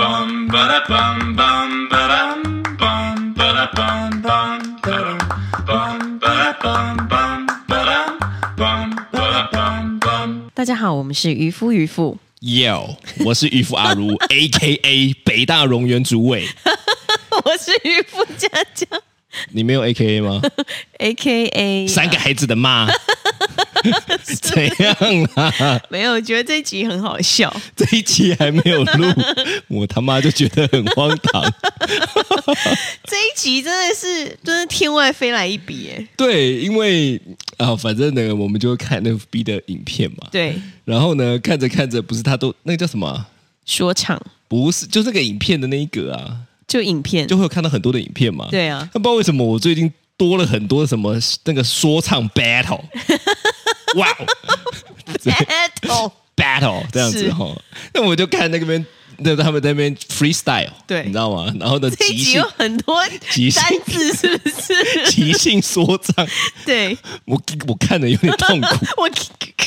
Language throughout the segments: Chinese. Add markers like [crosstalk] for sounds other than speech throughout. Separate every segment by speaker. Speaker 1: bum ba da bum bum ba dum bum ba da bum bum ba dum bum ba da bum bum ba dum bum ba da bum bum.
Speaker 2: 大家好，我们是渔夫渔妇，
Speaker 3: Yo，我 [laughs] 是渔夫阿如，A K A 北大荣园主委。
Speaker 2: [laughs] 我是渔夫佳佳
Speaker 3: 你没有 A K A
Speaker 2: [laughs]
Speaker 3: 吗？
Speaker 2: ，A K A
Speaker 3: 三个孩子的
Speaker 2: [laughs]
Speaker 3: 妈，怎样啦？
Speaker 2: 没有，我觉得这一集很好笑，
Speaker 3: [laughs] 这一期还没有录， [laughs] 我他妈就觉得很荒
Speaker 2: [laughs]
Speaker 3: 唐。
Speaker 2: 这一集真的是真的天外飞来一笔耶！
Speaker 3: 对，因为啊、反正呢，我们就看 F B 的影片嘛。
Speaker 2: 对，
Speaker 3: 然后呢，看着看着，不是他都那个叫什么啊？
Speaker 2: 说唱
Speaker 3: 不是，就那个影片的那一个啊，
Speaker 2: 就影片 [laughs]
Speaker 3: 就会有看到很多的影片嘛。
Speaker 2: 对啊
Speaker 3: 那不知道为什么我最近多了很多什么那个说唱
Speaker 2: [laughs]
Speaker 3: battle，哇
Speaker 2: battle，
Speaker 3: 哦 battle [laughs] 这样子
Speaker 2: 是
Speaker 3: 哈、哦。那我就看那边，那他们在那边 freestyle，
Speaker 2: 对
Speaker 3: 你知道吗？然后呢，
Speaker 2: 这一
Speaker 3: 即
Speaker 2: 集
Speaker 3: 兴
Speaker 2: 有很多
Speaker 3: 即兴
Speaker 2: 单字，是不是？
Speaker 3: [laughs] 即兴说唱，
Speaker 2: 对，
Speaker 3: 我我看的有点痛苦，
Speaker 2: [laughs] 我 [laughs]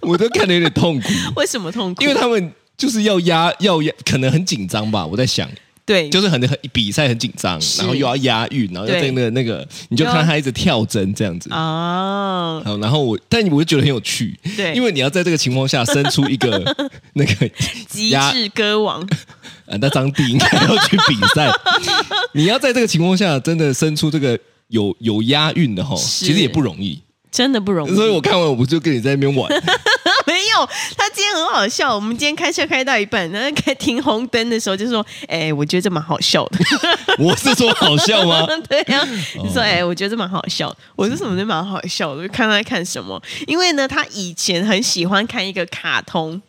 Speaker 3: 我都看的有点痛苦，
Speaker 2: 为什么痛苦？
Speaker 3: 因为他们就是要压要压，可能很紧张吧，我在想。
Speaker 2: 对，
Speaker 3: 就是很很比赛很紧张，
Speaker 2: 是
Speaker 3: 然后又要押韵，然后又
Speaker 2: 对
Speaker 3: 在那个那个，你就
Speaker 2: 又要
Speaker 3: 看到他一直跳针这样子。
Speaker 2: 啊，
Speaker 3: 好，然后我，但我就觉得很有趣，
Speaker 2: 对
Speaker 3: 因为你要在这个情况下生出
Speaker 2: [laughs]
Speaker 3: 一个那个
Speaker 2: 极
Speaker 3: 压，
Speaker 2: 致歌 [laughs] 王，
Speaker 3: 呃，那张帝应该要去比
Speaker 2: [laughs]
Speaker 3: 赛，你要在这个情况下真的生出这个有有押韵的哈，
Speaker 2: 是
Speaker 3: 其实也不容易。
Speaker 2: 真的不容易。
Speaker 3: 所以我看完我不就跟你在那边
Speaker 2: [laughs]
Speaker 3: 玩，
Speaker 2: 没有，他今天很好笑。我们今天开车开到一半，然后开停红灯的时候就说：“哎、我觉得这蛮好笑
Speaker 3: [laughs]
Speaker 2: 的。
Speaker 3: 我是说好笑吗？
Speaker 2: [laughs] 对
Speaker 3: 哦
Speaker 2: 呀、你说：“哎、我觉得这蛮好笑的。”我说：“什么都蛮好笑的，我就看他在看什么。因为呢，他以前很喜欢看一个卡通，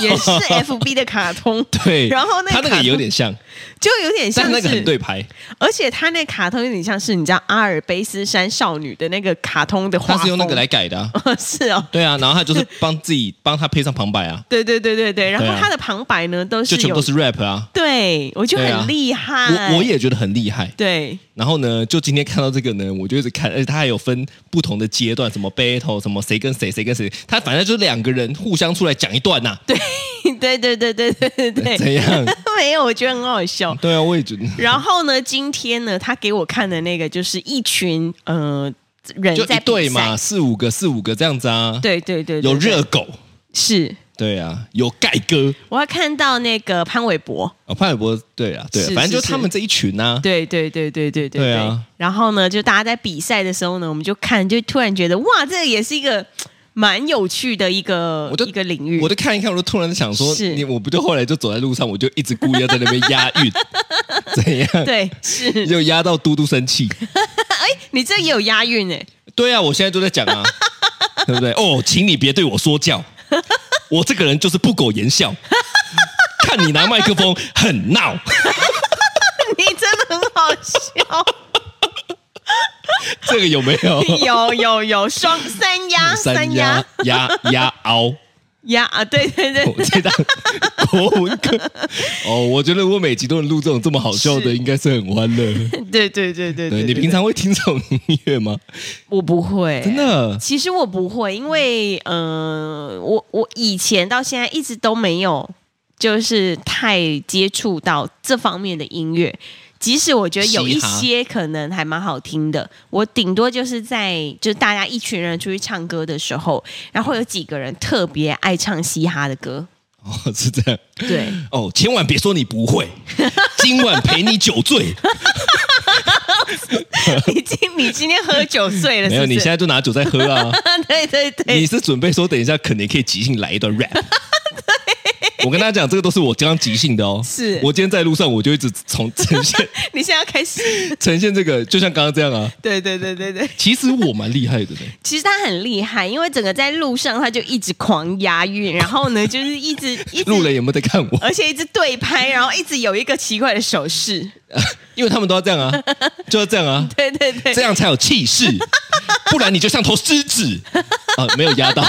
Speaker 2: 也是 FB 的卡通，
Speaker 3: 哦 [laughs] 对，
Speaker 2: 然后那
Speaker 3: 他
Speaker 2: 卡
Speaker 3: 那个
Speaker 2: 通
Speaker 3: 也有点像，
Speaker 2: 就有点像
Speaker 3: 但
Speaker 2: 是
Speaker 3: 那个很对牌，
Speaker 2: 而且他那卡通有点像是你知道阿尔卑斯山少女的那个卡通的画
Speaker 3: 他
Speaker 2: 风，
Speaker 3: 是用那个来改的、啊。
Speaker 2: [laughs] 是哦。
Speaker 3: 对啊，然后他就是帮自己帮他配上旁白啊，
Speaker 2: 对对对对对，然后
Speaker 3: 对啊
Speaker 2: 他的旁白呢都是
Speaker 3: 就全部
Speaker 2: 有哎
Speaker 3: 都是 rap 啊。
Speaker 2: 对，我就
Speaker 3: 对啊
Speaker 2: 很厉害。
Speaker 3: 我我也觉得很厉 [laughs] 害。
Speaker 2: 对
Speaker 3: 然后呢，就今天看到这个呢，我就一直看，而且他还有分不同的阶段，什么 battle，什么谁跟谁，谁跟谁，他反正就是两个人互相出来讲一段
Speaker 2: [laughs]
Speaker 3: 呐、啊
Speaker 2: 对对对对对对
Speaker 3: 怎
Speaker 2: 对，
Speaker 3: 样？
Speaker 2: [laughs] 没有，我觉得很好笑。
Speaker 3: 对啊，我也觉得。
Speaker 2: 然后呢，今天呢，他给我看的那个就是一群呃人
Speaker 3: 就
Speaker 2: 在
Speaker 3: 一
Speaker 2: 比
Speaker 3: 对
Speaker 2: 赛
Speaker 3: 嘛，，四五个，四五个这样子啊。，
Speaker 2: 对对对，对
Speaker 3: 有
Speaker 2: 对
Speaker 3: 热狗，
Speaker 2: 是，
Speaker 3: 对啊，有盖哥，
Speaker 2: 我还看到那个潘玮柏，
Speaker 3: 啊，潘玮柏，对啊，对啊
Speaker 2: 是
Speaker 3: 反正就是他们这一群啊。
Speaker 2: 对对对对对对
Speaker 3: 对啊
Speaker 2: 然后呢，就大家在比赛的时候呢，我们就看，就突然觉得哇，这也是一个蛮有趣的一个
Speaker 3: 我就
Speaker 2: 一个领域
Speaker 3: 我。就看一看，我就突然想说，
Speaker 2: 是
Speaker 3: 你我不就后来就走在路上，我就一直故意要在那边押韵， [laughs] 怎样？
Speaker 2: 对，是
Speaker 3: 又押到嘟嘟生气。
Speaker 2: 你这也有押韵哎、
Speaker 3: 对啊，我现在就在讲啊，对不对？哦，请你别对我说教，我这个人就是不苟言笑。 [laughs] 看你拿麦克风很闹，
Speaker 2: [laughs] 你真的很好笑。
Speaker 3: 这个有没有？
Speaker 2: [laughs] 有有有
Speaker 3: [laughs]
Speaker 2: 双三鸭
Speaker 3: 三
Speaker 2: 鸭
Speaker 3: 压压压凹， [laughs]
Speaker 2: 鸭啊，对对对，
Speaker 3: 我这档国文课哦，我觉得如果每集都能录这种这么好笑的，
Speaker 2: 是
Speaker 3: 应该是很欢乐。
Speaker 2: 对对对对
Speaker 3: 对你平常会听这种音乐吗？
Speaker 2: 我不会，
Speaker 3: 真。的，啊
Speaker 2: 其实我不会，因为呃，我我以前到现在一直都没有，就是太接触到这方面的音乐。即使我觉得有一
Speaker 3: 嘻哈
Speaker 2: 些可能还蛮好听的，我顶多就是在就是大家一群人出去唱歌的时候，然后有几个人特别爱唱嘻哈的歌，
Speaker 3: 哦，是这样。 [laughs]
Speaker 2: 对， [laughs]
Speaker 3: 哦，千万别说你不会，今晚陪你酒醉。
Speaker 2: 你今你今天喝酒醉了是不
Speaker 3: 没有，
Speaker 2: 是？哎
Speaker 3: 你现在就拿酒在喝
Speaker 2: [laughs]
Speaker 3: 啊。
Speaker 2: 对对
Speaker 3: 你
Speaker 2: 对，
Speaker 3: 是准备说等一下可能可以即兴来一
Speaker 2: [laughs]
Speaker 3: 段 rap？我跟大家讲，这个都是我刚刚即兴的哦。
Speaker 2: 是
Speaker 3: 我今天在路上，我就一直从呈现 [laughs]
Speaker 2: 你现在要开始，
Speaker 3: 呈现这个，就像刚刚这样啊。
Speaker 2: [laughs] 对对对对对。
Speaker 3: 其实我蛮厉害的呢，
Speaker 2: 其实他很厉害，因为整个在路上他就一直狂押韵，然后呢，就是一 [laughs] 直
Speaker 3: [laughs]
Speaker 2: 一
Speaker 3: 路
Speaker 2: 直，
Speaker 3: 人有没有在看我？
Speaker 2: 而且一直对拍，然后一直有一个奇怪的手势，
Speaker 3: [laughs] 因为他们都要这样 [laughs] 啊，就要这样啊，
Speaker 2: [laughs] 对对对，
Speaker 3: 这样才有气 [laughs] 势，不然你就像头狮 [laughs] 子啊，没有压到，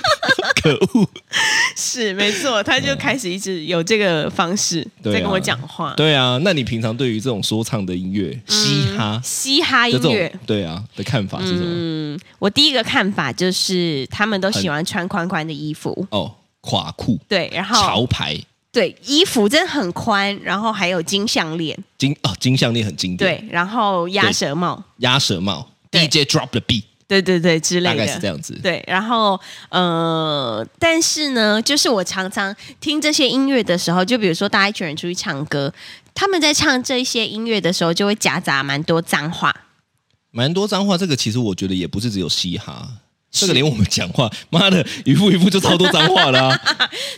Speaker 3: [laughs] 可恶。
Speaker 2: [laughs] 是没错，他就开始一直有这个方式
Speaker 3: 对啊
Speaker 2: 在跟我讲话。
Speaker 3: 对啊，那你平常对于这种说唱的音乐、嘻哈
Speaker 2: 嘻哈
Speaker 3: 的
Speaker 2: 音
Speaker 3: 这种
Speaker 2: 乐，嗯
Speaker 3: 对啊的看法是什么？
Speaker 2: 我第一个看法就是他们都喜欢穿宽宽的衣服，
Speaker 3: 哦，垮裤、
Speaker 2: 对，然后
Speaker 3: 潮牌。
Speaker 2: 对，衣服真的很宽，然后还有金项链，
Speaker 3: 金哦，金项链很经典，
Speaker 2: 对，然后鸭舌帽，
Speaker 3: 鸭舌帽
Speaker 2: 对
Speaker 3: ，DJ drop the beat，
Speaker 2: 对对对之
Speaker 3: 大
Speaker 2: 类
Speaker 3: 概是这
Speaker 2: 的。
Speaker 3: 样子。
Speaker 2: 对，然后呃，但是呢，就是我常常听这些音乐的时候，就比如说大家一群人出去唱歌，他们在唱这些音乐的时候，就会夹杂蛮多脏话。
Speaker 3: 蛮多脏话，这个其实我觉得也不是只有嘻哈，这个连我们讲话， [laughs] 妈的，一副一副就超多脏话啦、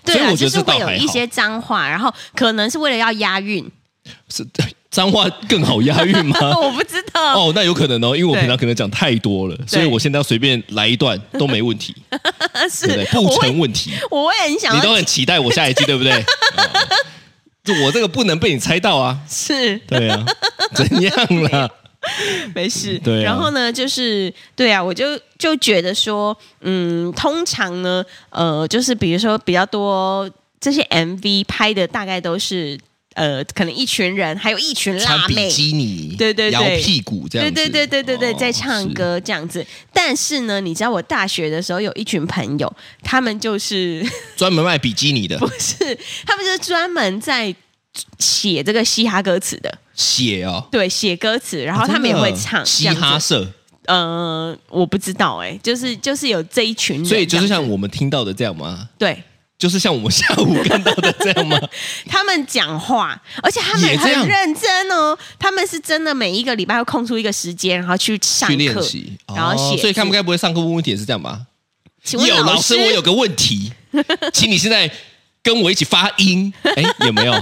Speaker 2: 对
Speaker 3: 所以
Speaker 2: 啊，
Speaker 3: 我
Speaker 2: 就
Speaker 3: 觉得
Speaker 2: 是
Speaker 3: 这倒
Speaker 2: 会有
Speaker 3: 还
Speaker 2: 一
Speaker 3: 好，
Speaker 2: 些脏话，然后可能是为了要押
Speaker 3: [laughs]
Speaker 2: 韵，
Speaker 3: 是脏话更好押
Speaker 2: [laughs]
Speaker 3: 韵吗？
Speaker 2: 我不知道。
Speaker 3: 哦，那有可能哦，因为我
Speaker 2: 对
Speaker 3: 平常可能讲太多了，所以我现在要随便来一段都没问题，
Speaker 2: 但
Speaker 3: 对不
Speaker 2: [laughs]
Speaker 3: 对
Speaker 2: 是？
Speaker 3: 不
Speaker 2: 我会
Speaker 3: 成问题，
Speaker 2: 我会很想
Speaker 3: 你
Speaker 2: 要
Speaker 3: 都很期待我下
Speaker 2: [laughs]
Speaker 3: 一句，对不对？哦这我这个不能被你猜到啊，
Speaker 2: 是
Speaker 3: 对啊，怎样啦？
Speaker 2: 没事。
Speaker 3: 对啊
Speaker 2: 然后呢，就是对啊，我就就觉得说，嗯，通常呢，呃，就是比如说比较多这些 MV 拍的大概都是呃，可能一群人，还有一群 [laughs] 辣
Speaker 3: 穿比
Speaker 2: 妹。
Speaker 3: 基尼，
Speaker 2: 对对对
Speaker 3: 摇屁股这样
Speaker 2: 对
Speaker 3: 子，
Speaker 2: 对对对对对，
Speaker 3: 哦
Speaker 2: 在唱。歌这样子。但是呢，你知道我大学的时候有一群朋友，他们就是 [laughs]
Speaker 3: 是专门卖比基尼的
Speaker 2: 不是，他们就是专门在写这个嘻哈歌词的，
Speaker 3: 血哦，
Speaker 2: 对，写歌词，然后
Speaker 3: 哦
Speaker 2: 他们也
Speaker 3: 真的
Speaker 2: 会唱、这
Speaker 3: 嘻
Speaker 2: 样子
Speaker 3: 哈社，
Speaker 2: 呃，我不知道哎、就是就是有这一群人，
Speaker 3: 所以就是
Speaker 2: 这样
Speaker 3: 像我们听到的这样吗？
Speaker 2: 对
Speaker 3: 就是像我们下午看到的
Speaker 2: [laughs]
Speaker 3: 这样吗？
Speaker 2: 他们讲话，而且他们
Speaker 3: 也这样
Speaker 2: 很认真哦，他们是真的每一个礼拜会空出一个时间，然后去上
Speaker 3: 去练
Speaker 2: 课，
Speaker 3: 习，
Speaker 2: 然后写
Speaker 3: 哦
Speaker 2: 字
Speaker 3: 所以他们该不会上课问问题也是这样吧？
Speaker 2: 请问
Speaker 3: 有老
Speaker 2: 师，
Speaker 3: 师，我有个
Speaker 2: [laughs]
Speaker 3: 问题，请你现在跟我一起发音，哎，有
Speaker 2: [laughs]
Speaker 3: 没有？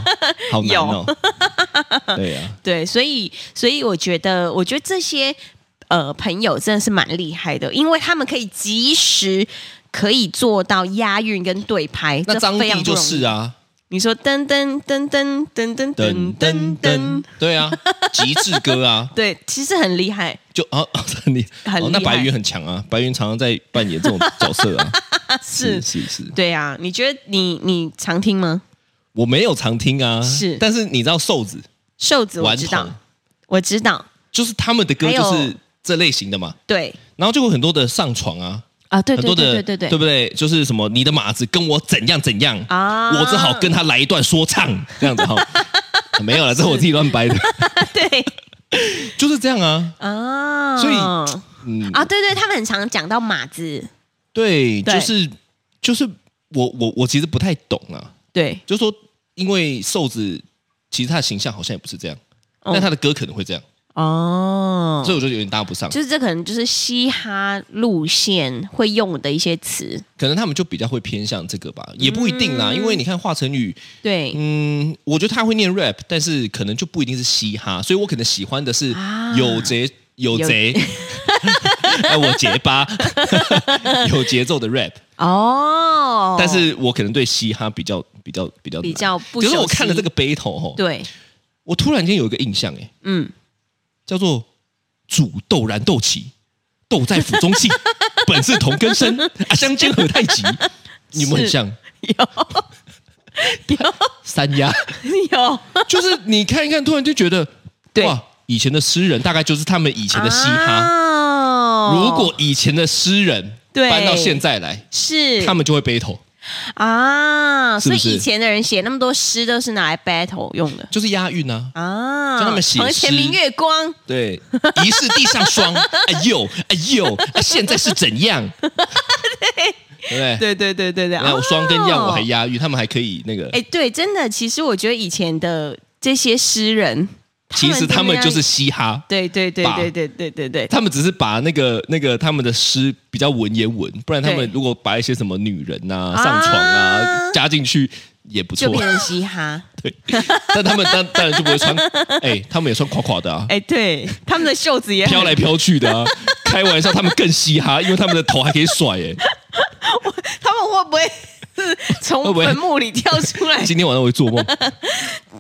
Speaker 3: 好难哦。 [laughs] 对啊呀，
Speaker 2: 对，所以所以我觉得，我觉得这些呃朋友真的是蛮厉害的，因为他们可以及时。可以做到押韵跟对拍，
Speaker 3: 那
Speaker 2: 这
Speaker 3: 张
Speaker 2: 非常
Speaker 3: 帝
Speaker 2: 不
Speaker 3: 就
Speaker 2: 容易
Speaker 3: 是啊，
Speaker 2: 你说噔噔噔噔噔噔噔
Speaker 3: 噔
Speaker 2: 噔
Speaker 3: 噔
Speaker 2: 噔
Speaker 3: 噔，，
Speaker 2: [laughs]
Speaker 3: 对啊，极致歌啊，
Speaker 2: 对，其实很厉害，
Speaker 3: 就 [laughs] 啊，很厉
Speaker 2: 很
Speaker 3: 哦，那
Speaker 2: 厉害
Speaker 3: 白云很强啊，白云常常在扮演这种角色啊，
Speaker 2: [laughs] 是
Speaker 3: 是是，
Speaker 2: 对啊，你觉得你你常听吗？
Speaker 3: 我没有常听啊，
Speaker 2: 是
Speaker 3: 但是你知道瘦子
Speaker 2: 瘦子我
Speaker 3: 顽
Speaker 2: 知道
Speaker 3: 童，
Speaker 2: 我知道，
Speaker 3: 就是他们的歌
Speaker 2: 还有
Speaker 3: 就是这类型的嘛，
Speaker 2: 对
Speaker 3: 然后就有很多的上床啊，
Speaker 2: 啊，对
Speaker 3: 很
Speaker 2: 对
Speaker 3: 多的
Speaker 2: 对对对
Speaker 3: 对不对？就是什么你的马子跟我怎样怎样
Speaker 2: 啊
Speaker 3: 我只好跟他来一段说唱这样子
Speaker 2: [laughs]
Speaker 3: 哈、啊没有了，这是我自己乱掰的，
Speaker 2: 对 [laughs] 对
Speaker 3: 就是这样啊，
Speaker 2: 啊，
Speaker 3: 所以
Speaker 2: 以
Speaker 3: 嗯
Speaker 2: 啊，对对，他们很常讲到马子，
Speaker 3: 对，
Speaker 2: 对
Speaker 3: 就是就是我我我其实不太懂啊，
Speaker 2: 对，
Speaker 3: 就说因为瘦子其实他的形象好像也不是这样，
Speaker 2: 嗯
Speaker 3: 但他的歌可能会这样，
Speaker 2: 哦
Speaker 3: 所，以我就有点搭不上。
Speaker 2: 就是这可能就是嘻哈路线会用的一些词，
Speaker 3: 可能他们就比较会偏向这个吧，也不一定
Speaker 2: 嗯
Speaker 3: 啦，因为你看华晨宇，
Speaker 2: 对
Speaker 3: 嗯，我觉得他会念 rap，但是可能就不一定是嘻哈，所以我可能喜欢的是
Speaker 2: 啊
Speaker 3: 有节有贼， [laughs] 哎，我结
Speaker 2: [laughs]
Speaker 3: 巴，有节奏的 rap，
Speaker 2: 哦，
Speaker 3: 但是我可能对嘻哈比较比较比较
Speaker 2: 比
Speaker 3: 难。
Speaker 2: 较不
Speaker 3: 可
Speaker 2: 熟悉，
Speaker 3: 是我看了这个 battle 吼，
Speaker 2: 对，
Speaker 3: 我突然间有一个印象哎、 [laughs]
Speaker 2: 嗯，
Speaker 3: 叫做煮豆燃豆萁，豆在釜中泣，本是同根生，啊，相煎何太急。你们很像
Speaker 2: 有
Speaker 3: [laughs] 三鸭，
Speaker 2: 有
Speaker 3: 就是你看一看，突然就觉得，
Speaker 2: 对
Speaker 3: 哇，以前的诗人大概就是他们以前的嘻哈。
Speaker 2: 哈
Speaker 3: 如果以前的诗人
Speaker 2: 啊对
Speaker 3: 搬到现在来，
Speaker 2: 是
Speaker 3: 他们就会 battle，
Speaker 2: 啊，
Speaker 3: 是
Speaker 2: 所
Speaker 3: 不
Speaker 2: 以
Speaker 3: 是
Speaker 2: 以前的人写那么多诗都是拿来 battle 用的
Speaker 3: 就是押韵啊。
Speaker 2: 啊，
Speaker 3: 就他们写诗
Speaker 2: 床前明月光，
Speaker 3: 对，疑是地上霜，哎呦，哎呦，啊，现在是怎样？对不对？
Speaker 2: 对对对对对，
Speaker 3: 然后双跟样我还
Speaker 2: 哦
Speaker 3: 押韵，他们还可以那个。
Speaker 2: 哎，对，真的，其实我觉得以前的这些诗人，
Speaker 3: 其实他们
Speaker 2: 真的要
Speaker 3: 就是嘻哈，
Speaker 2: 对对对
Speaker 3: 把
Speaker 2: 对对对对对，
Speaker 3: 他们只是把那个那个他们的诗比较文言文，不然他们
Speaker 2: 对
Speaker 3: 如果把一些什么女人呐、
Speaker 2: 啊
Speaker 3: 上床啊加进去也不
Speaker 2: 就
Speaker 3: 错
Speaker 2: 变。成嘻哈。
Speaker 3: [laughs] 但他们当当然就不
Speaker 2: [laughs]
Speaker 3: 会穿，哎、他们也穿垮垮的啊，
Speaker 2: 哎，对，他们的袖子也很
Speaker 3: 飘来飘去的啊。开玩笑，他们更嘻哈，因为他们的头还可以甩、哎
Speaker 2: [laughs] 他们会不会是
Speaker 3: 会
Speaker 2: 从
Speaker 3: 不会
Speaker 2: 坟墓里跳出来
Speaker 3: [laughs] 哎，？今天晚上我会做梦，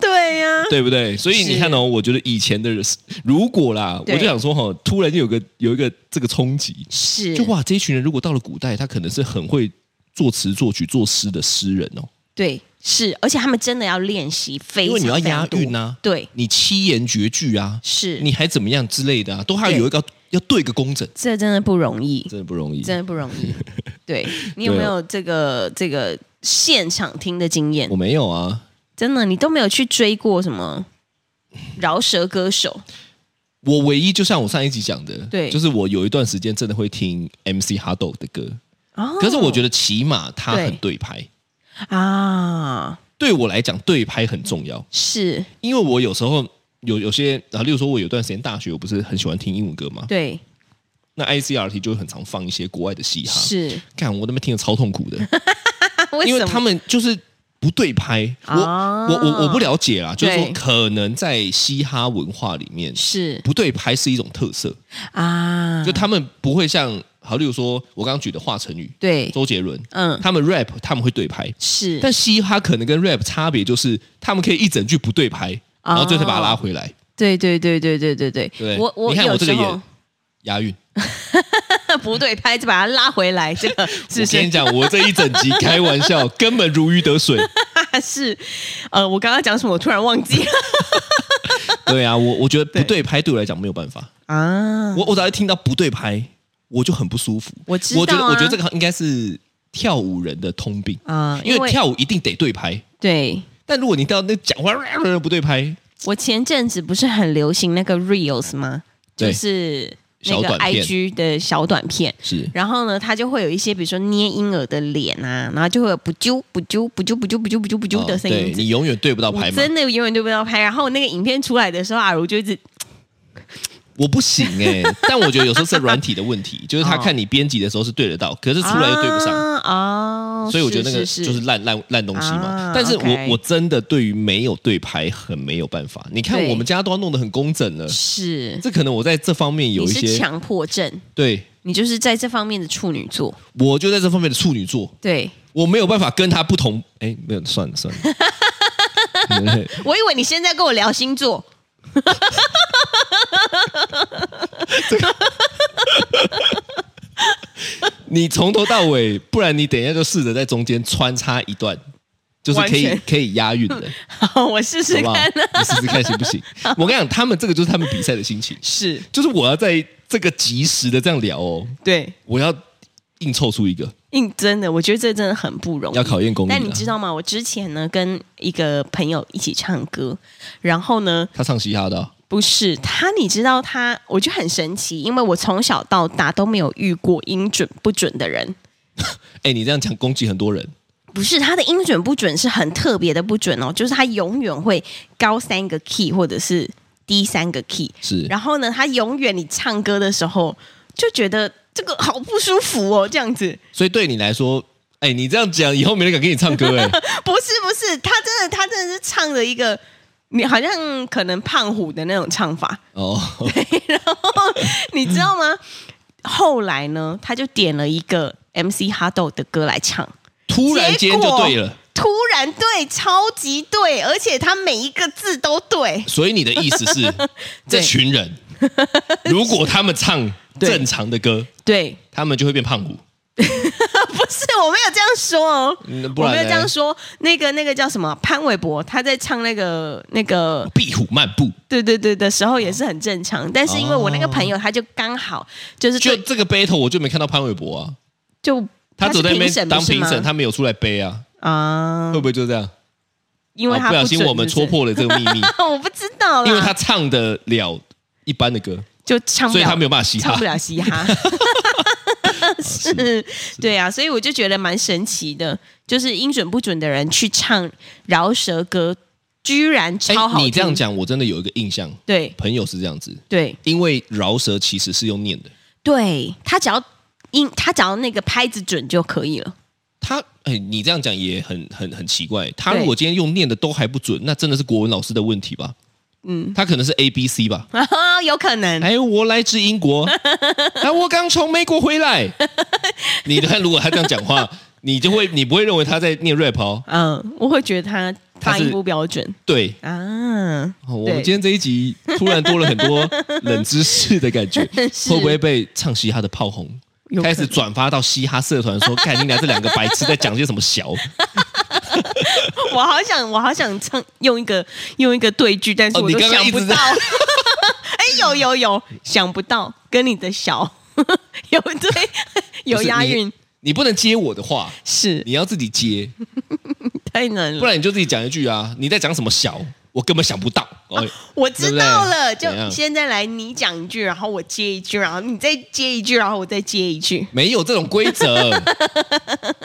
Speaker 2: 对呀，
Speaker 3: 对不对？所以
Speaker 2: 是
Speaker 3: 你看哦，我觉得以前的人如果啦，我
Speaker 2: 对
Speaker 3: 就想说哈、哦，突然就有个有一个这个冲击，
Speaker 2: 是
Speaker 3: 就，哇，这一群人如果到了古代，他可能是很会作词、作曲、作诗的诗人哦。
Speaker 2: 对，是，而且他们真的要练习非常，
Speaker 3: 因为你要押
Speaker 2: 非常多
Speaker 3: 韵啊
Speaker 2: 对，
Speaker 3: 你七言绝句啊，
Speaker 2: 是，
Speaker 3: 你还怎么样之类的啊，都还
Speaker 2: 对
Speaker 3: 有一个要对个工整，
Speaker 2: 这真的不容易。
Speaker 3: [laughs] 真的不容易。
Speaker 2: 真的不容易。对你有没有这个这个现场听的经验
Speaker 3: 啊我？没有啊，
Speaker 2: 真的，你都没有去追过什
Speaker 3: [laughs]
Speaker 2: 么饶舌歌手？
Speaker 3: 我唯一就像我上一集讲的，
Speaker 2: 对
Speaker 3: 就是我有一段时间真的会听 MC 哈豆的歌，
Speaker 2: 哦
Speaker 3: 可是我觉得起码他
Speaker 2: 对
Speaker 3: 很对拍，
Speaker 2: 得啊，
Speaker 3: 对我来讲对拍很重要，
Speaker 2: 是
Speaker 3: 因为我有时候有有些啊，例如说我有段时间大学我不是很喜欢听英文歌嘛，
Speaker 2: 对，
Speaker 3: 那 ICRT 就会很常放一些国外的嘻哈，
Speaker 2: 是，
Speaker 3: 看我那边听的超痛苦的，啊因
Speaker 2: 为
Speaker 3: 为
Speaker 2: 什
Speaker 3: 他
Speaker 2: 么？
Speaker 3: 们就是不对拍，我、
Speaker 2: 啊
Speaker 3: 我我我不了解啦，就是说
Speaker 2: 对
Speaker 3: 可能在嘻哈文化里面，
Speaker 2: 是
Speaker 3: 不对拍是一种特色，
Speaker 2: 啊
Speaker 3: 就，他们不会像好，例如说我刚刚举的华晨宇、
Speaker 2: 对，
Speaker 3: 周杰伦，
Speaker 2: 嗯，
Speaker 3: 他们 rap 他们会对拍，
Speaker 2: 是，
Speaker 3: 但嘻哈可能跟 rap 差别就是他们可以一整句不对拍，
Speaker 2: 哦
Speaker 3: 然后最后再把它拉回来，
Speaker 2: 对对对对对对对
Speaker 3: 对
Speaker 2: 我我
Speaker 3: 你看
Speaker 2: 有
Speaker 3: 我这个
Speaker 2: 时
Speaker 3: 也
Speaker 2: 候
Speaker 3: 押韵。
Speaker 2: [laughs] 不对拍，就把它拉回来，这个是不
Speaker 3: [laughs] 我跟你
Speaker 2: 是？
Speaker 3: 讲，我这一整集开玩笑， [laughs] 根本如鱼得水。
Speaker 2: 啊是，呃，我刚刚讲什么？我突然忘
Speaker 3: [laughs]
Speaker 2: 记了
Speaker 3: 对啊，我我觉得不
Speaker 2: 对
Speaker 3: 对拍对我来讲没有办法，
Speaker 2: 啊。
Speaker 3: 我我只要一听到不对拍，我就很不舒服。
Speaker 2: 我知道啊
Speaker 3: 我觉得我觉得这个应该是跳舞人的通病，
Speaker 2: 啊、
Speaker 3: 嗯因为跳舞一定得对拍。
Speaker 2: 对
Speaker 3: 但如果你到那讲话不对拍，
Speaker 2: 我前阵子不是很流行那个 reels 吗？
Speaker 3: 对
Speaker 2: 就是那
Speaker 3: 小
Speaker 2: 个
Speaker 3: 短片
Speaker 2: IG 的小短片。
Speaker 3: 是
Speaker 2: 然后呢，它就会有一些，比如说捏婴儿的脸啊，然后就会有不啾不啾不啾不啾不啾不啾不啾的声
Speaker 3: 哦啊对
Speaker 2: 音。
Speaker 3: 你永远对不到
Speaker 2: 我
Speaker 3: 拍嘛，
Speaker 2: 真的永远对不到拍。然后那个影片出来的时候，阿如就一直
Speaker 3: 我不行
Speaker 2: [laughs]
Speaker 3: 哎、但我觉得有时候是软体的问题，就是他看你编辑的时候是对得到，可是出来又对不上。
Speaker 2: 啊哦，
Speaker 3: 所以我觉得那个
Speaker 2: 是
Speaker 3: 就是烂烂烂东西嘛
Speaker 2: 啊，
Speaker 3: 但是我
Speaker 2: OK
Speaker 3: 我真的对于没有对牌很没有办法。你看
Speaker 2: 对
Speaker 3: 我们家都要弄得很工整了，
Speaker 2: 是
Speaker 3: 这可能我在这方面有
Speaker 2: 你
Speaker 3: 一
Speaker 2: 是
Speaker 3: 些
Speaker 2: 强迫症，
Speaker 3: 对，
Speaker 2: 你就是在这方面的处女座。
Speaker 3: 我就在这方面的处女座，
Speaker 2: 对，
Speaker 3: 我没有办法跟他不同。哎，没有，算了算
Speaker 2: [laughs]
Speaker 3: 了。
Speaker 2: 我以为你现在跟我聊星座，
Speaker 3: 你从头到尾，不然你等一下就试着在中间穿插一段，就是可以
Speaker 2: 完全
Speaker 3: 可以押韵的，
Speaker 2: 好， [laughs] 我试
Speaker 3: 好
Speaker 2: 试
Speaker 3: 不好？
Speaker 2: 看。啊
Speaker 3: 你试试看行
Speaker 2: [laughs]
Speaker 3: 不行？我跟你讲，他们这个就是他们比赛的心情，
Speaker 2: 是
Speaker 3: 就是我要在这个及时的这样聊哦，
Speaker 2: 对，
Speaker 3: 我要硬凑出一个，
Speaker 2: 硬真的，我觉得这真的很不容易。
Speaker 3: 要考验功力、啊。
Speaker 2: 但你知道吗？我之前呢跟一个朋友一起唱歌，然后呢，
Speaker 3: 他唱嘻哈的啊、
Speaker 2: 不是他，你知道他，我就很神奇，因为我从小到大都没有遇过音准不准的人。
Speaker 3: 哎，你这样讲攻击很多人，
Speaker 2: 不是他的音准不准是很特别的不准哦，就是他永远会高三个 key 或者是低三个 key，
Speaker 3: 是
Speaker 2: 然后呢，他永远你唱歌的时候就觉得这个好不舒服哦，这样子。
Speaker 3: 所以对你来说，哎，你这样讲以后没人敢给你唱歌
Speaker 2: [laughs]
Speaker 3: 哎。
Speaker 2: 不是不是，他真的他真的是唱了一个，你好像可能胖虎的那种唱法，
Speaker 3: 哦，
Speaker 2: 你知道吗？后来呢，他就点了一个 MC 哈豆的歌来唱，
Speaker 3: 突然间就对了。
Speaker 2: 突然对，超级对，而且他每一个字都对，
Speaker 3: 所以你的意思
Speaker 2: [laughs]
Speaker 3: 是，这群人如果他们唱正常的歌，
Speaker 2: 对，
Speaker 3: 他们就会变胖虎。
Speaker 2: 不是我没有这样说哦，
Speaker 3: 嗯不
Speaker 2: 我
Speaker 3: 然
Speaker 2: 没有这样
Speaker 3: 呢
Speaker 2: 说。那个那个叫什么潘玮柏，他在唱那个那个
Speaker 3: 壁虎漫步，
Speaker 2: 对对对的时候也是很正常，但是因为我那个
Speaker 3: 哦
Speaker 2: 朋友他就刚好就是
Speaker 3: 就
Speaker 2: 对
Speaker 3: 这个 battle 我就没看到潘玮柏啊，
Speaker 2: 就
Speaker 3: 他只
Speaker 2: 是
Speaker 3: 有在那
Speaker 2: 评
Speaker 3: 边
Speaker 2: 审
Speaker 3: 当评审，
Speaker 2: 不是吗
Speaker 3: 他没有出来背啊，
Speaker 2: 啊
Speaker 3: 会，不会就这样？
Speaker 2: 因为
Speaker 3: 啊
Speaker 2: 他
Speaker 3: 不小心
Speaker 2: 准
Speaker 3: 我们
Speaker 2: 是不
Speaker 3: 戳
Speaker 2: 是，
Speaker 3: 破了这个秘密，
Speaker 2: 哦我不知道啦，
Speaker 3: [laughs] 因为他唱得了一般的歌，
Speaker 2: 就唱不
Speaker 3: 所以
Speaker 2: 了，
Speaker 3: 他没有办法嘻
Speaker 2: 唱
Speaker 3: 哈
Speaker 2: 不。了嘻
Speaker 3: [laughs]
Speaker 2: 哈。是，对啊，所以我就觉得蛮神奇的，就是音准不准的人去唱饶舌歌，居然
Speaker 3: 哎
Speaker 2: 超好听。
Speaker 3: 你这样，讲，我真的有一个印象，
Speaker 2: 对
Speaker 3: 朋友是这样子，
Speaker 2: 对
Speaker 3: 因为饶舌其实是用念的，
Speaker 2: 对，他只要音，他只要那个拍子准就可以了。 [laughs]
Speaker 3: 他哎，你这样讲也很很很奇怪。他
Speaker 2: 对
Speaker 3: 如果今天用念的都还不准，那真的是国文老师的问题吧？嗯，他可能是 A B C 吧？
Speaker 2: 有可能，
Speaker 3: 哎，我来自英
Speaker 2: [laughs]
Speaker 3: 国，哎，我刚从美国回来。你看，如果他这样讲
Speaker 2: [laughs]
Speaker 3: 话，你就会你不会认为他在念 rap 哦？
Speaker 2: 嗯，我会觉得他
Speaker 3: 他
Speaker 2: 发音
Speaker 3: 是
Speaker 2: 不标准
Speaker 3: 对，
Speaker 2: 啊。
Speaker 3: 哦我们
Speaker 2: 对
Speaker 3: 今天这一集突然多了很多冷知识的感觉，
Speaker 2: [laughs] 是
Speaker 3: 会不会被唱嘻哈的炮红
Speaker 2: 有？可能
Speaker 3: 开始转发到嘻哈社团说：“看你俩这两个白痴在讲些什么小
Speaker 2: [laughs] 我好想，我好想唱用一个用一个对句，但是
Speaker 3: 哦
Speaker 2: 我
Speaker 3: 你
Speaker 2: 都
Speaker 3: 刚刚
Speaker 2: 想
Speaker 3: 一
Speaker 2: 不
Speaker 3: 直
Speaker 2: 到。 [laughs]
Speaker 3: 在
Speaker 2: 哎、有 [laughs] 有有，想不到，跟你的小有对，有
Speaker 3: 不是
Speaker 2: 押
Speaker 3: 你
Speaker 2: 韵。
Speaker 3: 你不能接我的话，
Speaker 2: 是
Speaker 3: 你要自己接，
Speaker 2: 太难
Speaker 3: 不
Speaker 2: 了。
Speaker 3: 然你就自己讲一句啊，你在讲什么小，我根本想不到。哦，
Speaker 2: 我知道了，
Speaker 3: 对不对
Speaker 2: 就
Speaker 3: 怎样
Speaker 2: 现在来你讲一句，然后我接一句，然后你再接一句，然后我再接一句。
Speaker 3: 没有这种规
Speaker 2: [laughs]
Speaker 3: 则，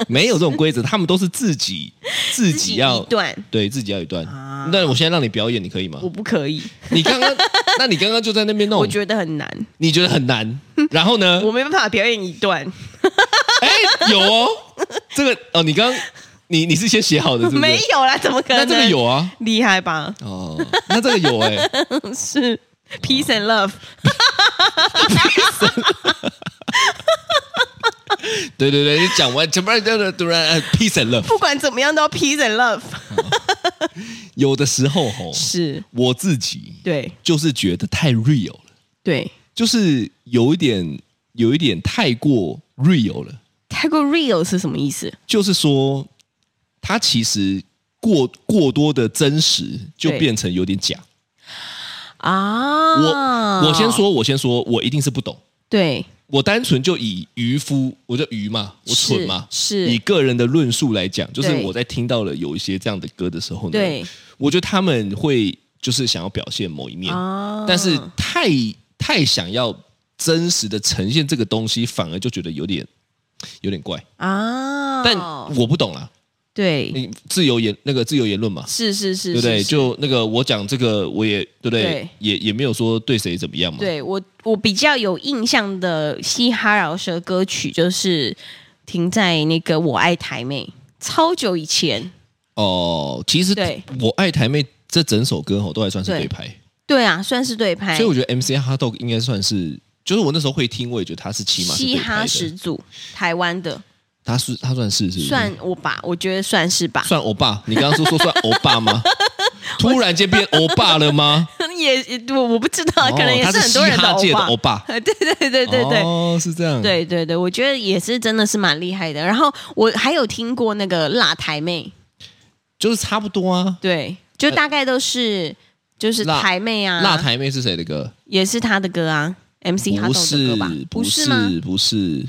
Speaker 3: 没有这种规则，他们都是自己自己要
Speaker 2: 一段，
Speaker 3: 对自己要一段
Speaker 2: 啊。
Speaker 3: 那我现在让你表演，你可以吗
Speaker 2: 我？不可以，
Speaker 3: 你
Speaker 2: [laughs]
Speaker 3: 刚刚，那你刚刚就在那边弄
Speaker 2: 我，觉得很难，
Speaker 3: 你觉得很难，然后呢？
Speaker 2: 我没办法表演一
Speaker 3: [laughs]
Speaker 2: 段，
Speaker 3: 哎，有哦，这个哦，你刚你你是先写好的，是不是？
Speaker 2: 没有啦，怎么可能？
Speaker 3: 那这个有啊，
Speaker 2: 厉害吧？
Speaker 3: 哦，那这个有哎、
Speaker 2: 是 peace and love，
Speaker 3: 对对对，你讲完，怎么样？突然呃 peace and love，
Speaker 2: 不管怎么样都要 peace and love。
Speaker 3: 有的时候吼，
Speaker 2: 是，
Speaker 3: 我自己
Speaker 2: 对
Speaker 3: 就是觉得太 real 了，
Speaker 2: 对，
Speaker 3: 就是有一点有一点太过 real 了，
Speaker 2: 太过 real 是什么意思？
Speaker 3: 就是说，它其实过过多的真实就
Speaker 2: 对
Speaker 3: 变成有点假。
Speaker 2: 啊，
Speaker 3: 我我先，说，我先说，我一定是不懂。
Speaker 2: 对，
Speaker 3: 我单纯就以渔夫，我就鱼嘛，我
Speaker 2: 是
Speaker 3: 蠢嘛，
Speaker 2: 是
Speaker 3: 以个人的论述来讲，就是
Speaker 2: 对
Speaker 3: 我在听到了有一些这样的歌的时候呢，
Speaker 2: 对，
Speaker 3: 我觉得他们会就是想要表现某一面，
Speaker 2: 啊
Speaker 3: 但是太太想要真实的呈现这个东西，反而就觉得有点有点怪。
Speaker 2: 啊，
Speaker 3: 但我不懂啦，
Speaker 2: 对，
Speaker 3: 你自由言那个自由言论嘛，
Speaker 2: 是是是，
Speaker 3: 对不对？
Speaker 2: 是是
Speaker 3: 就那个我讲这个，我也对不对？
Speaker 2: 对
Speaker 3: 也也没有说对谁怎么样嘛。
Speaker 2: 对我我比较有印象的嘻哈饶舌歌曲就是停在那个我爱台妹，超久以前。
Speaker 3: 哦，其实
Speaker 2: 对
Speaker 3: 我爱台妹这整首歌吼都还算是
Speaker 2: 对
Speaker 3: 对拍。
Speaker 2: 对啊，算是对拍
Speaker 3: 所以，我觉得 MC Hot Dog 应该算是，就是我那时候会听，我也觉得他是起码是
Speaker 2: 嘻
Speaker 3: 对拍
Speaker 2: 哈
Speaker 3: 的
Speaker 2: 始祖，台湾的，
Speaker 3: 他是他算是是不是
Speaker 2: 算我吧，我觉得算是吧，
Speaker 3: 算欧巴，你刚刚说说算欧巴
Speaker 2: [laughs]
Speaker 3: 吗？突然间变欧巴了吗？
Speaker 2: 也也我我不知道，
Speaker 3: 哦
Speaker 2: [laughs] 可能也
Speaker 3: 他是
Speaker 2: 很多人
Speaker 3: 嘻哈界的
Speaker 2: 欧
Speaker 3: 欧
Speaker 2: 巴。， [laughs] 对
Speaker 3: 巴
Speaker 2: 对对对对。
Speaker 3: 哦，是这样，，
Speaker 2: 对对对，我觉得也是真的是蛮厉害的。然后我还有听过那个辣台妹，
Speaker 3: 就是差不多啊。
Speaker 2: 对，就大概都是、就是
Speaker 3: 辣
Speaker 2: 台妹啊，
Speaker 3: 辣台妹是谁的歌？
Speaker 2: 也是他的歌啊，MC 哈豆
Speaker 3: 不
Speaker 2: 的
Speaker 3: 是
Speaker 2: 歌吧？，
Speaker 3: 不
Speaker 2: 是吗？
Speaker 3: 是，不是，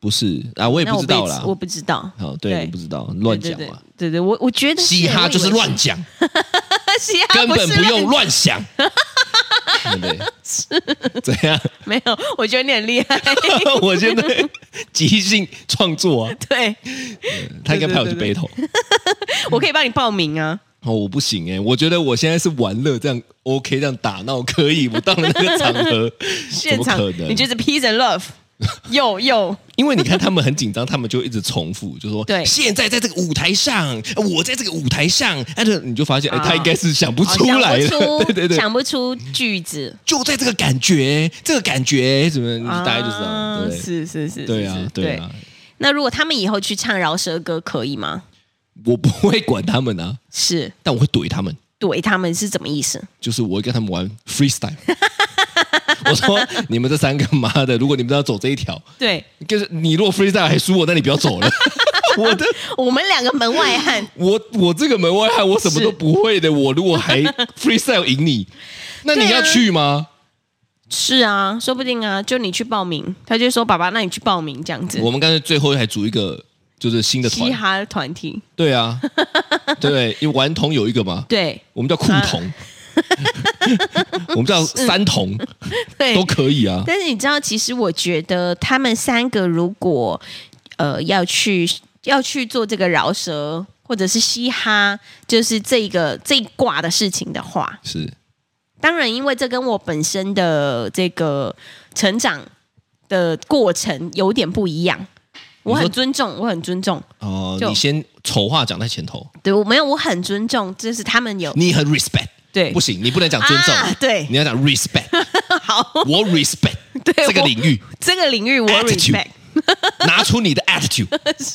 Speaker 3: 不是啊！我也
Speaker 2: 那
Speaker 3: 不
Speaker 2: 我
Speaker 3: 知道
Speaker 2: 被
Speaker 3: 啦。
Speaker 2: 我不知道，
Speaker 3: 好，对，
Speaker 2: 对
Speaker 3: 你不知道，乱
Speaker 2: 对
Speaker 3: 讲
Speaker 2: 对对
Speaker 3: 嘛。
Speaker 2: 对对，我我觉得
Speaker 3: 嘻哈就是，
Speaker 2: 我以
Speaker 3: 乱
Speaker 2: 为
Speaker 3: 讲，
Speaker 2: 是 [laughs] 嘻哈
Speaker 3: 根本
Speaker 2: 不
Speaker 3: 不
Speaker 2: 是
Speaker 3: 用
Speaker 2: 乱，
Speaker 3: 乱想，
Speaker 2: [laughs]
Speaker 3: 对不对？怎样？
Speaker 2: 没有，我觉得你很厉害，
Speaker 3: 我觉得即兴创作啊，
Speaker 2: 对
Speaker 3: 他应该派我去
Speaker 2: 对对
Speaker 3: battle。
Speaker 2: 我可以帮你报名啊，
Speaker 3: 哦，我不行哎、我觉得我现在是玩乐这样 OK，这样打闹可以，我到了那个场合，
Speaker 2: [laughs] 现场
Speaker 3: [laughs] 怎么可能？
Speaker 2: 你就是 peace and
Speaker 3: [laughs]
Speaker 2: love，有有，
Speaker 3: 因为你看他们很紧张，他们就一直重复，就说
Speaker 2: 对
Speaker 3: 现在在这个舞台上，呃我在这个舞台上，哎，这你就发现哎，
Speaker 2: 啊
Speaker 3: 他应该是想不
Speaker 2: 哦
Speaker 3: 出来了，
Speaker 2: 想不出
Speaker 3: [laughs] 对对对，
Speaker 2: 想不出句子，
Speaker 3: 就在这个感觉，这个感觉怎么，大家就知道
Speaker 2: 啊
Speaker 3: 了，对不对？
Speaker 2: 是是是，是
Speaker 3: 对
Speaker 2: 是
Speaker 3: 啊，对啊，
Speaker 2: 那如果他们以后去唱饶舌歌，可以吗？
Speaker 3: 我不会管他们啊，
Speaker 2: 是
Speaker 3: 但我会怼他们。
Speaker 2: 怼他们是怎么意思？
Speaker 3: 就是我会跟他们玩
Speaker 2: [laughs]
Speaker 3: freestyle。我说你们这三个妈的，如果你们都要走这一条，
Speaker 2: 对
Speaker 3: 就是你如果 freestyle 还输我，那你不要
Speaker 2: [laughs]
Speaker 3: 走了。我的
Speaker 2: 我们两个门外汉，
Speaker 3: 我我这个门外汉，我什么
Speaker 2: 是
Speaker 3: 都不会的，我如果
Speaker 2: [laughs]
Speaker 3: 还 freestyle 赢你，那你
Speaker 2: 对啊
Speaker 3: 要去吗？
Speaker 2: 是啊，说不定啊，就你去报名，他就说爸爸，那你去报名这样子。
Speaker 3: 我们干脆最后还组一个就是新的
Speaker 2: 啊嘻
Speaker 3: 团，
Speaker 2: 哈团体，
Speaker 3: 对啊，对，因为顽童有一个嘛，
Speaker 2: 对
Speaker 3: 我们叫酷
Speaker 2: 啊
Speaker 3: 童， [laughs] 我们叫三童
Speaker 2: 对
Speaker 3: 都。可以啊。
Speaker 2: 但是你知道，其实我觉得他们三个如果呃要去要去做这个饶舌或者是嘻哈，就是这一个这一挂的事情的话，
Speaker 3: 是
Speaker 2: 当然，因为这跟我本身的这个成长的过程有点不一样。我
Speaker 3: 你
Speaker 2: 很
Speaker 3: 说
Speaker 2: 尊重，我很尊重，
Speaker 3: 哦、
Speaker 2: 就
Speaker 3: 你先丑话讲在前头，
Speaker 2: 对我没有，我很尊重，就是他们有
Speaker 3: 你很 respect。
Speaker 2: 对
Speaker 3: 不行，你不能讲尊重，
Speaker 2: 啊对
Speaker 3: 你要讲 respect。
Speaker 2: [laughs] 好，
Speaker 3: 我 respect
Speaker 2: 对
Speaker 3: 这个
Speaker 2: 我
Speaker 3: 领域，
Speaker 2: 这个领域我
Speaker 3: Attitude
Speaker 2: respect，
Speaker 3: 拿出你的 attitude。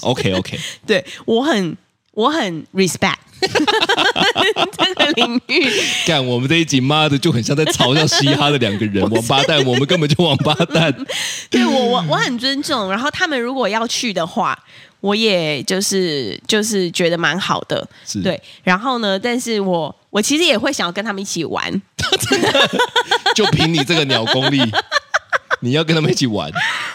Speaker 3: OK
Speaker 2: [laughs]
Speaker 3: OK，
Speaker 2: 对我很我很
Speaker 3: [laughs]
Speaker 2: respect 这个领域，
Speaker 3: 干我们这一集，妈的就很像在嘲笑嘻哈的两
Speaker 2: [laughs]
Speaker 3: 个人，王八蛋，我们根本就王八蛋。
Speaker 2: 对我我我很尊重。然后他们如果要去的话，我也就是就是觉得蛮好的
Speaker 3: 是，
Speaker 2: 对。然后呢，但是我我其实也会想要跟他们一起玩，
Speaker 3: 就凭你这个鸟 [laughs] 功力，你要跟他们一起玩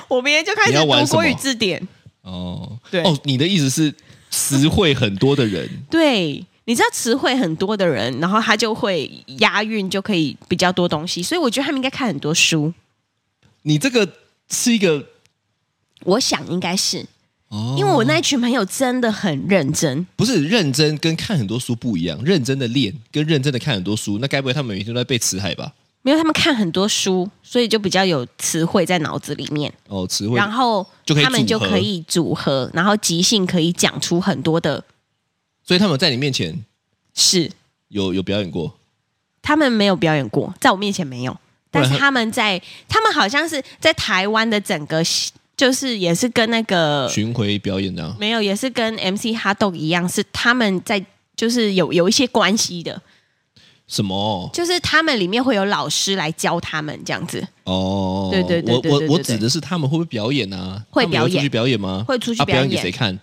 Speaker 2: 我明天就开
Speaker 3: 你
Speaker 2: 始
Speaker 3: 要玩
Speaker 2: 读
Speaker 3: 什
Speaker 2: 国语
Speaker 3: 么
Speaker 2: 字典。
Speaker 3: 哦。
Speaker 2: 对
Speaker 3: 哦，你的意思是词汇很多的人，
Speaker 2: 对，你知道词汇很多的人，然后他就会押韵，就可以比较多东西。所以我觉得他们应该看很多书，
Speaker 3: 你这个是一个
Speaker 2: 我想应该是，
Speaker 3: 哦，
Speaker 2: 因为我那一群朋友真的很认真。
Speaker 3: 不是认真跟看很多书不一样，认真的练跟认真的看很多书，那该不会他们每天都在背词海吧？
Speaker 2: 没有，他们看很多书，所以就比较有词汇在脑子里面，
Speaker 3: 哦，词汇
Speaker 2: 然后
Speaker 3: 就可以
Speaker 2: 他们
Speaker 3: 组
Speaker 2: 就
Speaker 3: 合
Speaker 2: 可以组合，然后即兴可以讲出很多的
Speaker 3: 所以他们在你面前
Speaker 2: 事。
Speaker 3: 有有表演过，
Speaker 2: 他们没有表演过，在我面前没有，
Speaker 3: 不
Speaker 2: 但
Speaker 3: 然
Speaker 2: 是
Speaker 3: 他
Speaker 2: 他们在，他们好像是在台湾的整个，就是也是跟那个
Speaker 3: 巡回表演的、啊。
Speaker 2: 没有，也是跟 MC 哈豆一样，是他们在就是有有一些关系的，
Speaker 3: 什么？
Speaker 2: 就是他们里面会有老师来教他们这样子，
Speaker 3: 哦，
Speaker 2: 对对对对
Speaker 3: 我
Speaker 2: 对
Speaker 3: 我我
Speaker 2: 对
Speaker 3: 指的是他们会不会表演啊？
Speaker 2: 会
Speaker 3: 他们有
Speaker 2: 表演
Speaker 3: 出去表演吗？
Speaker 2: 会出去
Speaker 3: 啊表演给
Speaker 2: 表演
Speaker 3: 谁看？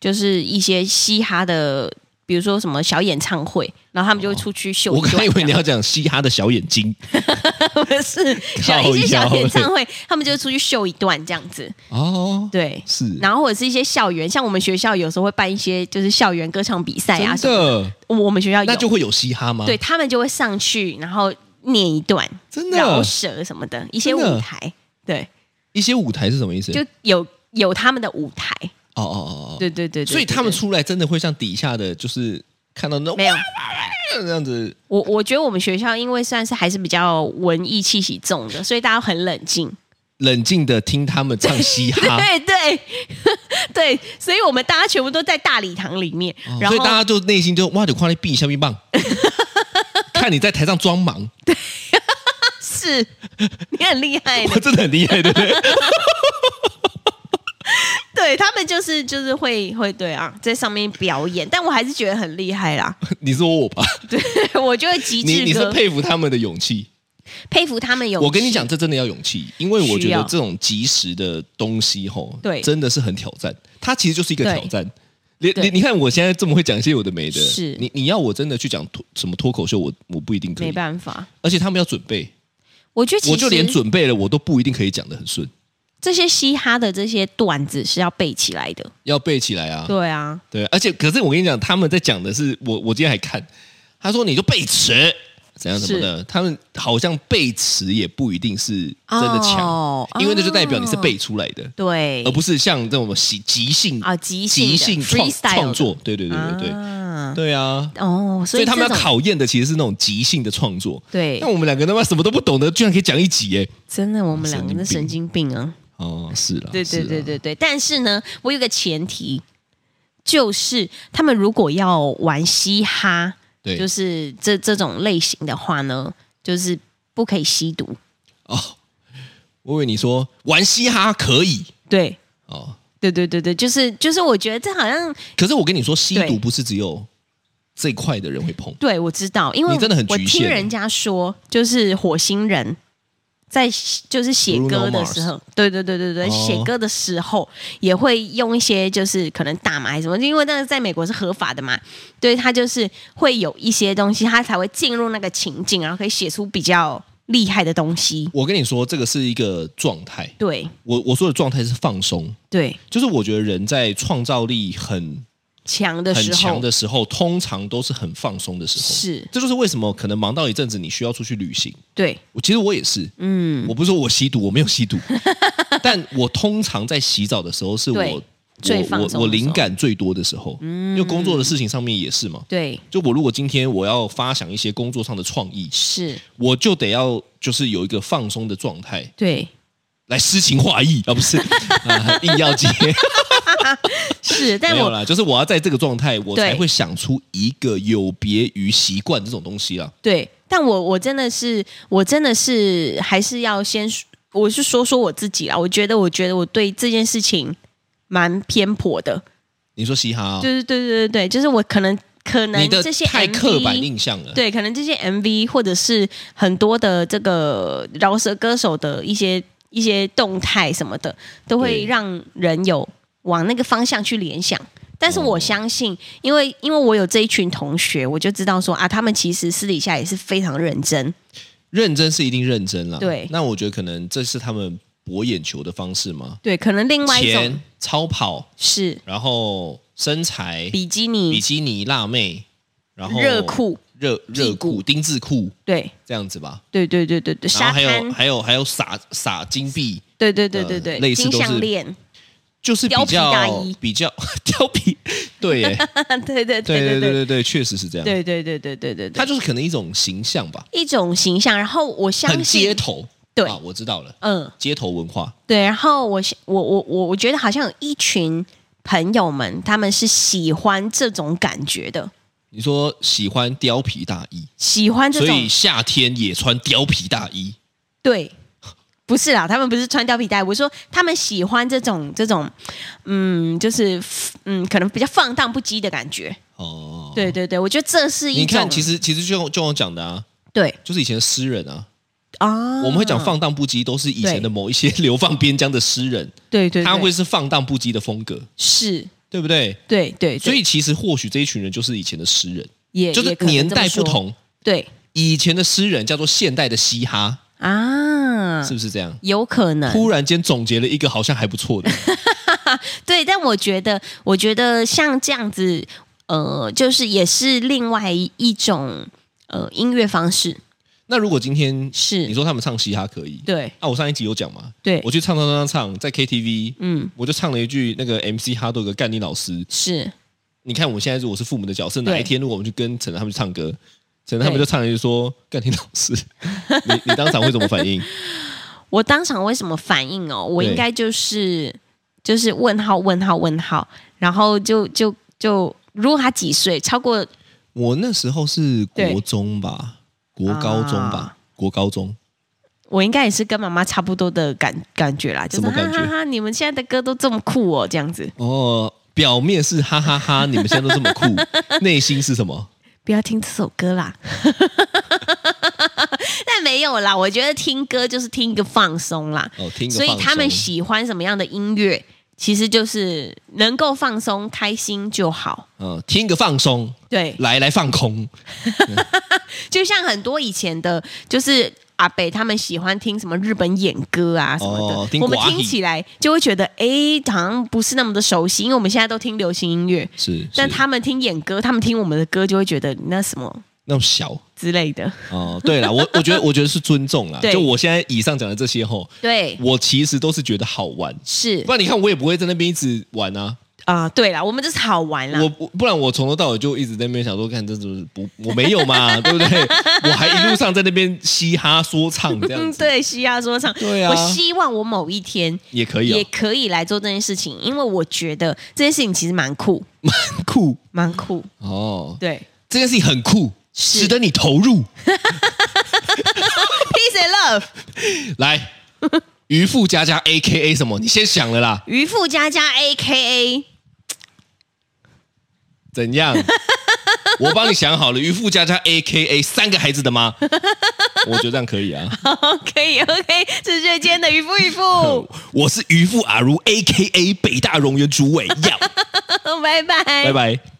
Speaker 2: 就是一些嘻哈的，比如说什么小演唱会，然后他们就会出去秀一
Speaker 3: 哦我
Speaker 2: 段这
Speaker 3: 刚以
Speaker 2: 样。
Speaker 3: 为你要讲嘻哈的小眼睛
Speaker 2: [laughs] 不是小一些
Speaker 3: 靠
Speaker 2: 小
Speaker 3: 腰欸
Speaker 2: 演唱会，他们就会出去秀一段这样子，
Speaker 3: 哦，
Speaker 2: 对。
Speaker 3: 是
Speaker 2: 然后或者是一些校园，像我们学校有时候会办一些就是校园歌唱比赛啊什
Speaker 3: 真
Speaker 2: 么
Speaker 3: 的，
Speaker 2: 的，我们学校有，
Speaker 3: 那就会有嘻哈吗？
Speaker 2: 对，他们就会上去，然后念一段，
Speaker 3: 真
Speaker 2: 饶
Speaker 3: 的，
Speaker 2: 舌什么的一些
Speaker 3: 真的
Speaker 2: 舞台，对，
Speaker 3: 一些舞台是什么意思？
Speaker 2: 就有有他们的舞台，
Speaker 3: 哦哦哦哦，
Speaker 2: 对对对对
Speaker 3: 所以他们
Speaker 2: 对对
Speaker 3: 出来真的会像底下的，就是看到那种
Speaker 2: 没有，
Speaker 3: 这样子，
Speaker 2: 我我觉得我们学校因为算是还是比较文艺气息重的，所以大家很冷静，
Speaker 3: 冷静的听他们唱嘻哈，
Speaker 2: 对对 [laughs] 对，所以我们大家全部都在大礼堂里面，
Speaker 3: 哦
Speaker 2: 然
Speaker 3: 所
Speaker 2: 后
Speaker 3: 以大家就内心就哇，就夸你闭下
Speaker 2: [laughs]
Speaker 3: 面棒，看你在台上装忙，
Speaker 2: 是你很厉害呢
Speaker 3: 我真的很厉害，对不对？
Speaker 2: [laughs] 对他们就是就是会会对啊，在上面表演，但我还是觉得很厉害啦， [laughs]
Speaker 3: 你说我吧，
Speaker 2: 对我就会极
Speaker 3: 你
Speaker 2: 致
Speaker 3: 你是
Speaker 2: 哥
Speaker 3: 佩服他们的勇气。
Speaker 2: 佩服他们有，
Speaker 3: 我跟你讲，，这真的要勇气，因为我觉
Speaker 2: 需
Speaker 3: 得
Speaker 2: 要
Speaker 3: 这种即时的东西，吼，
Speaker 2: 对
Speaker 3: 真的是很挑战。它其实就是一个
Speaker 2: 对
Speaker 3: 挑战。你你
Speaker 2: 对
Speaker 3: 你看，我现在这么会讲一些有的没的，
Speaker 2: 是
Speaker 3: 你你要我真的去讲脱什么脱口秀，我我不一定可
Speaker 2: 没
Speaker 3: 以。
Speaker 2: 办法，
Speaker 3: 而且他们要准备，
Speaker 2: 我觉得其实
Speaker 3: 我就连准备了，我都不一定可以讲得很顺，
Speaker 2: 这些嘻哈的这些段子是要背起来的，
Speaker 3: 要背起来啊。
Speaker 2: 对啊，
Speaker 3: 对，而且可是我跟你讲，他们在讲的是我，我今天还看，他说你就背词怎样怎么的，他们好像背词也不一定是真的强，
Speaker 2: 哦
Speaker 3: 因为那就代表你是
Speaker 2: 哦
Speaker 3: 背出来的，
Speaker 2: 对
Speaker 3: 而不是像这种即即兴
Speaker 2: 啊即兴
Speaker 3: 即
Speaker 2: 的
Speaker 3: 兴创
Speaker 2: freestyle 的
Speaker 3: 创作，对对对对对、
Speaker 2: 啊
Speaker 3: 对啊。
Speaker 2: 哦，所
Speaker 3: 所以他们
Speaker 2: 这
Speaker 3: 要
Speaker 2: 种
Speaker 3: 考验的其实是那种即兴的创作。
Speaker 2: 对
Speaker 3: 那我们两个他妈什么都不懂的，居然可以讲一集耶！
Speaker 2: 真的，我们两个
Speaker 3: 神经病
Speaker 2: 人神经病啊！
Speaker 3: 哦，是啦，
Speaker 2: 对
Speaker 3: 是
Speaker 2: 对
Speaker 3: 啦
Speaker 2: 对对对，但是呢，我有个前提，就是他们如果要玩嘻哈，
Speaker 3: 对，
Speaker 2: 就是这这种类型的话呢，就是不可以吸毒。
Speaker 3: 哦，我以为你说玩嘻哈可以
Speaker 2: 对
Speaker 3: 哦，
Speaker 2: 对对对对，就是就是，我觉得这好像
Speaker 3: 可是我跟你说，吸毒
Speaker 2: 对
Speaker 3: 不是只有这一块的人会碰，
Speaker 2: 对我知道，因为
Speaker 3: 你真的很局
Speaker 2: 我
Speaker 3: 限欸
Speaker 2: 听人家说，就是火星人在就是写
Speaker 3: Bruno
Speaker 2: 歌的时候，对对对对对，
Speaker 3: 哦
Speaker 2: 写歌的时候也会用一些就是可能大麻还是什么，因为那个在美国是合法的嘛，对他就是会有一些东西，他才会进入那个情境，然后可以写出比较厉害的东西。
Speaker 3: 我跟你说，这个是一个状态。
Speaker 2: 对
Speaker 3: 我我说的状态是放松，
Speaker 2: 对，
Speaker 3: 就是我觉得人在创造力很
Speaker 2: 强的
Speaker 3: 很
Speaker 2: 时候
Speaker 3: 强的时候，通常都是很放松的时候。
Speaker 2: 是
Speaker 3: 这就是为什么可能忙到一阵子，你需要出去旅行。
Speaker 2: 对，
Speaker 3: 我其实我也是，
Speaker 2: 嗯，
Speaker 3: 我不是说我吸毒，我没有吸
Speaker 2: [laughs]
Speaker 3: 毒，但我通常在洗澡的时候是
Speaker 2: 对
Speaker 3: 我
Speaker 2: 最
Speaker 3: 我
Speaker 2: 放松的时
Speaker 3: 我
Speaker 2: 候嗯
Speaker 3: 我灵感最多的时候，因为工作的事情上面也是嘛。
Speaker 2: 对
Speaker 3: 就我如果今天我要发想一些工作上的创意，
Speaker 2: 是，
Speaker 3: 我就得要就是有一个放松的状态
Speaker 2: 对
Speaker 3: 来诗情画意啊，
Speaker 2: [laughs]
Speaker 3: 不是啊，硬要接，
Speaker 2: 是，但
Speaker 3: 没有
Speaker 2: 我
Speaker 3: 啦，就是我要在这个状态，我
Speaker 2: 对
Speaker 3: 才会想出一个有别于习惯这种东西啦。
Speaker 2: 对，但我我真的是，我真的是还是要先说，我是说说我自己啊。我觉得，我觉得我对这件事情蛮偏颇的，
Speaker 3: 你说嘻哈哦、
Speaker 2: 就是对对对对，就是我可能可能
Speaker 3: 你的
Speaker 2: 这些 MV,
Speaker 3: 太刻板印象了。
Speaker 2: 对，可能这些 MV 或者是很多的这个饶舌歌手的一些一些动态什么的，都
Speaker 3: 对
Speaker 2: 会让人有往那个方向去联想。但是我
Speaker 3: 哦
Speaker 2: 相信，因为因为我有这一群同学，我就知道说啊，他们其实私底下也是非常认真。
Speaker 3: 认真是一定认真啦。
Speaker 2: 对
Speaker 3: 那我觉得可能这是他们博眼球的方式吗？
Speaker 2: 对，可能另外一种
Speaker 3: 钱、超跑，
Speaker 2: 是
Speaker 3: 然后身材、
Speaker 2: 比基尼，
Speaker 3: 比基尼、辣妹，然后
Speaker 2: 热裤、
Speaker 3: 热热
Speaker 2: 屁
Speaker 3: 裤、丁字裤
Speaker 2: 对
Speaker 3: 这样子吧。
Speaker 2: 对对对对对，
Speaker 3: 然
Speaker 2: 沙
Speaker 3: 后还有
Speaker 2: 滩，
Speaker 3: 还有还有撒撒金币，
Speaker 2: 对对对对
Speaker 3: 呃
Speaker 2: 对，
Speaker 3: 类似
Speaker 2: 金
Speaker 3: 都是
Speaker 2: 项链， [laughs]
Speaker 3: 就是比
Speaker 2: 貂皮大
Speaker 3: 较
Speaker 2: 衣
Speaker 3: 比较 [laughs] 貂皮，对耶
Speaker 2: 对 [laughs] 对对
Speaker 3: 对对
Speaker 2: 对
Speaker 3: 对对对，确实是这样。
Speaker 2: 对对对对对对对，
Speaker 3: 它就是可能一种形象吧，
Speaker 2: 一种形象。然后我相
Speaker 3: 很街
Speaker 2: 信，
Speaker 3: 头。
Speaker 2: 对
Speaker 3: 啊，我知道了，
Speaker 2: 嗯，
Speaker 3: 街头文化。
Speaker 2: 对。然后我我我我我觉得好像有一群朋友们，他们是喜欢这种感觉的，
Speaker 3: 你说喜欢貂皮大衣，
Speaker 2: 喜欢这
Speaker 3: 所
Speaker 2: 种
Speaker 3: 以夏天也穿貂皮大衣。
Speaker 2: 对。不是啦，他们不是穿貂皮带，我说他们喜欢这种这种，嗯，就是嗯，可能比较放荡不羁的感觉。
Speaker 3: 哦，
Speaker 2: 对对对，我觉得这是一
Speaker 3: 你
Speaker 2: 种，
Speaker 3: 看，其实其实就就我讲的啊，
Speaker 2: 对
Speaker 3: 就是以前的诗人啊，
Speaker 2: 啊，
Speaker 3: 我们会讲放荡不羁，都是以前的某一些流放边疆的诗人，
Speaker 2: 对对，对
Speaker 3: 他会是放荡不羁的风格，
Speaker 2: 是，
Speaker 3: 对不对？
Speaker 2: 对对，对
Speaker 3: 所以其实或许这一群人就是以前的诗人，
Speaker 2: 也
Speaker 3: 就是
Speaker 2: 也可能
Speaker 3: 年
Speaker 2: 这么
Speaker 3: 代不
Speaker 2: 说，
Speaker 3: 同，
Speaker 2: 对
Speaker 3: 以前的诗人叫做现代的嘻哈，
Speaker 2: 啊，
Speaker 3: 是不是这样？
Speaker 2: 有可能
Speaker 3: 突然间总结了一个好像还不错的，
Speaker 2: 对，但我觉得，我觉得像这样子，呃，就是也是另外一种呃音乐方式，
Speaker 3: 那如果今天
Speaker 2: 是
Speaker 3: 你说他们唱嘻哈可以，
Speaker 2: 对
Speaker 3: 啊，我上一集有讲嘛，
Speaker 2: 对
Speaker 3: 我去唱唱唱唱，在 KTV，
Speaker 2: 嗯，
Speaker 3: 我就唱了一句那个 MC 哈豆的干你老师，
Speaker 2: 是
Speaker 3: 你看我现在如果是父母的角色，哪一
Speaker 2: 对
Speaker 3: 天如果我们去跟陈他们去唱歌，陈他们就
Speaker 2: 对
Speaker 3: 唱了一句说干你老
Speaker 2: [laughs]
Speaker 3: 师，你你当场会怎么反应？
Speaker 2: 我当场为什么反应哦？我
Speaker 3: 对
Speaker 2: 应该就是就是问号问号问号，然后就就就如果他几岁超过
Speaker 3: 我那时候是
Speaker 2: 对
Speaker 3: 国中吧，国高中吧
Speaker 2: 啊，
Speaker 3: 国高中，
Speaker 2: 我应该也是跟妈妈差不多的感感觉啦，就是
Speaker 3: 什么
Speaker 2: 哈
Speaker 3: 感觉
Speaker 2: 哈哈，你们现在的歌都这么酷哦，这样子，
Speaker 3: 哦，表面是哈哈
Speaker 2: [laughs]
Speaker 3: 哈你们现在都这么酷，内心是什么？
Speaker 2: 不要听这首歌啦。 [laughs] 但没有啦，我觉得听歌就是听一个放松啦，
Speaker 3: 哦，听个
Speaker 2: 所以
Speaker 3: 放
Speaker 2: 他们
Speaker 3: 松
Speaker 2: 喜欢什么样的音乐，其实就是能够放松、开心就好。
Speaker 3: 嗯，听个放松，
Speaker 2: 对，
Speaker 3: 来来放空，
Speaker 2: 就像很多以前的，就是阿北他们喜欢听什么日本演歌啊什么的，
Speaker 3: 哦听
Speaker 2: 我们
Speaker 3: 寡
Speaker 2: 听
Speaker 3: 语
Speaker 2: 起来就会觉得，哎，好像不是那么的熟悉，因为我们现在都听流行音乐，
Speaker 3: 是，
Speaker 2: 但
Speaker 3: 是
Speaker 2: 他们听演歌，他们听我们的歌就会觉得那什么
Speaker 3: 那种小
Speaker 2: 之类的。
Speaker 3: 哦，对了，我我觉得我觉得是尊重啦。
Speaker 2: 对
Speaker 3: 就我现在以上讲的这些吼，
Speaker 2: 对，
Speaker 3: 我其实都是觉得好玩，
Speaker 2: 是
Speaker 3: 不然你看我也不会在那边一直玩啊。
Speaker 2: 啊、对啦，我们就是好玩啦。
Speaker 3: 我我不然我从头到尾就一直在那边想说，看这怎么不我没有嘛，对不对？我还一路上在那边嘻哈说唱这样
Speaker 2: 嗯，
Speaker 3: 子，
Speaker 2: 对，嘻哈说唱。
Speaker 3: 对啊
Speaker 2: 我希望我某一天
Speaker 3: 也可以
Speaker 2: 也
Speaker 3: 哦，
Speaker 2: 可以来做这件事情，因为我觉得这件事情其实蛮酷，
Speaker 3: 酷
Speaker 2: 蛮酷。
Speaker 3: 哦，
Speaker 2: 对
Speaker 3: 这件事情很酷，
Speaker 2: 是
Speaker 3: 值得你投入。
Speaker 2: ，peace and love，
Speaker 3: 来，渔夫佳佳 A K A 什么？你先想了啦，
Speaker 2: 渔夫佳佳 A K A
Speaker 3: 怎样？我帮你想好了，渔夫佳佳 A K A 三个孩子的妈，我觉得这样可以啊。
Speaker 2: 可以 OK，这是今天的渔夫渔夫，
Speaker 3: 我是渔夫阿如 A K A 北大荣园主委，要
Speaker 2: [laughs] 拜拜，拜
Speaker 3: 拜。拜。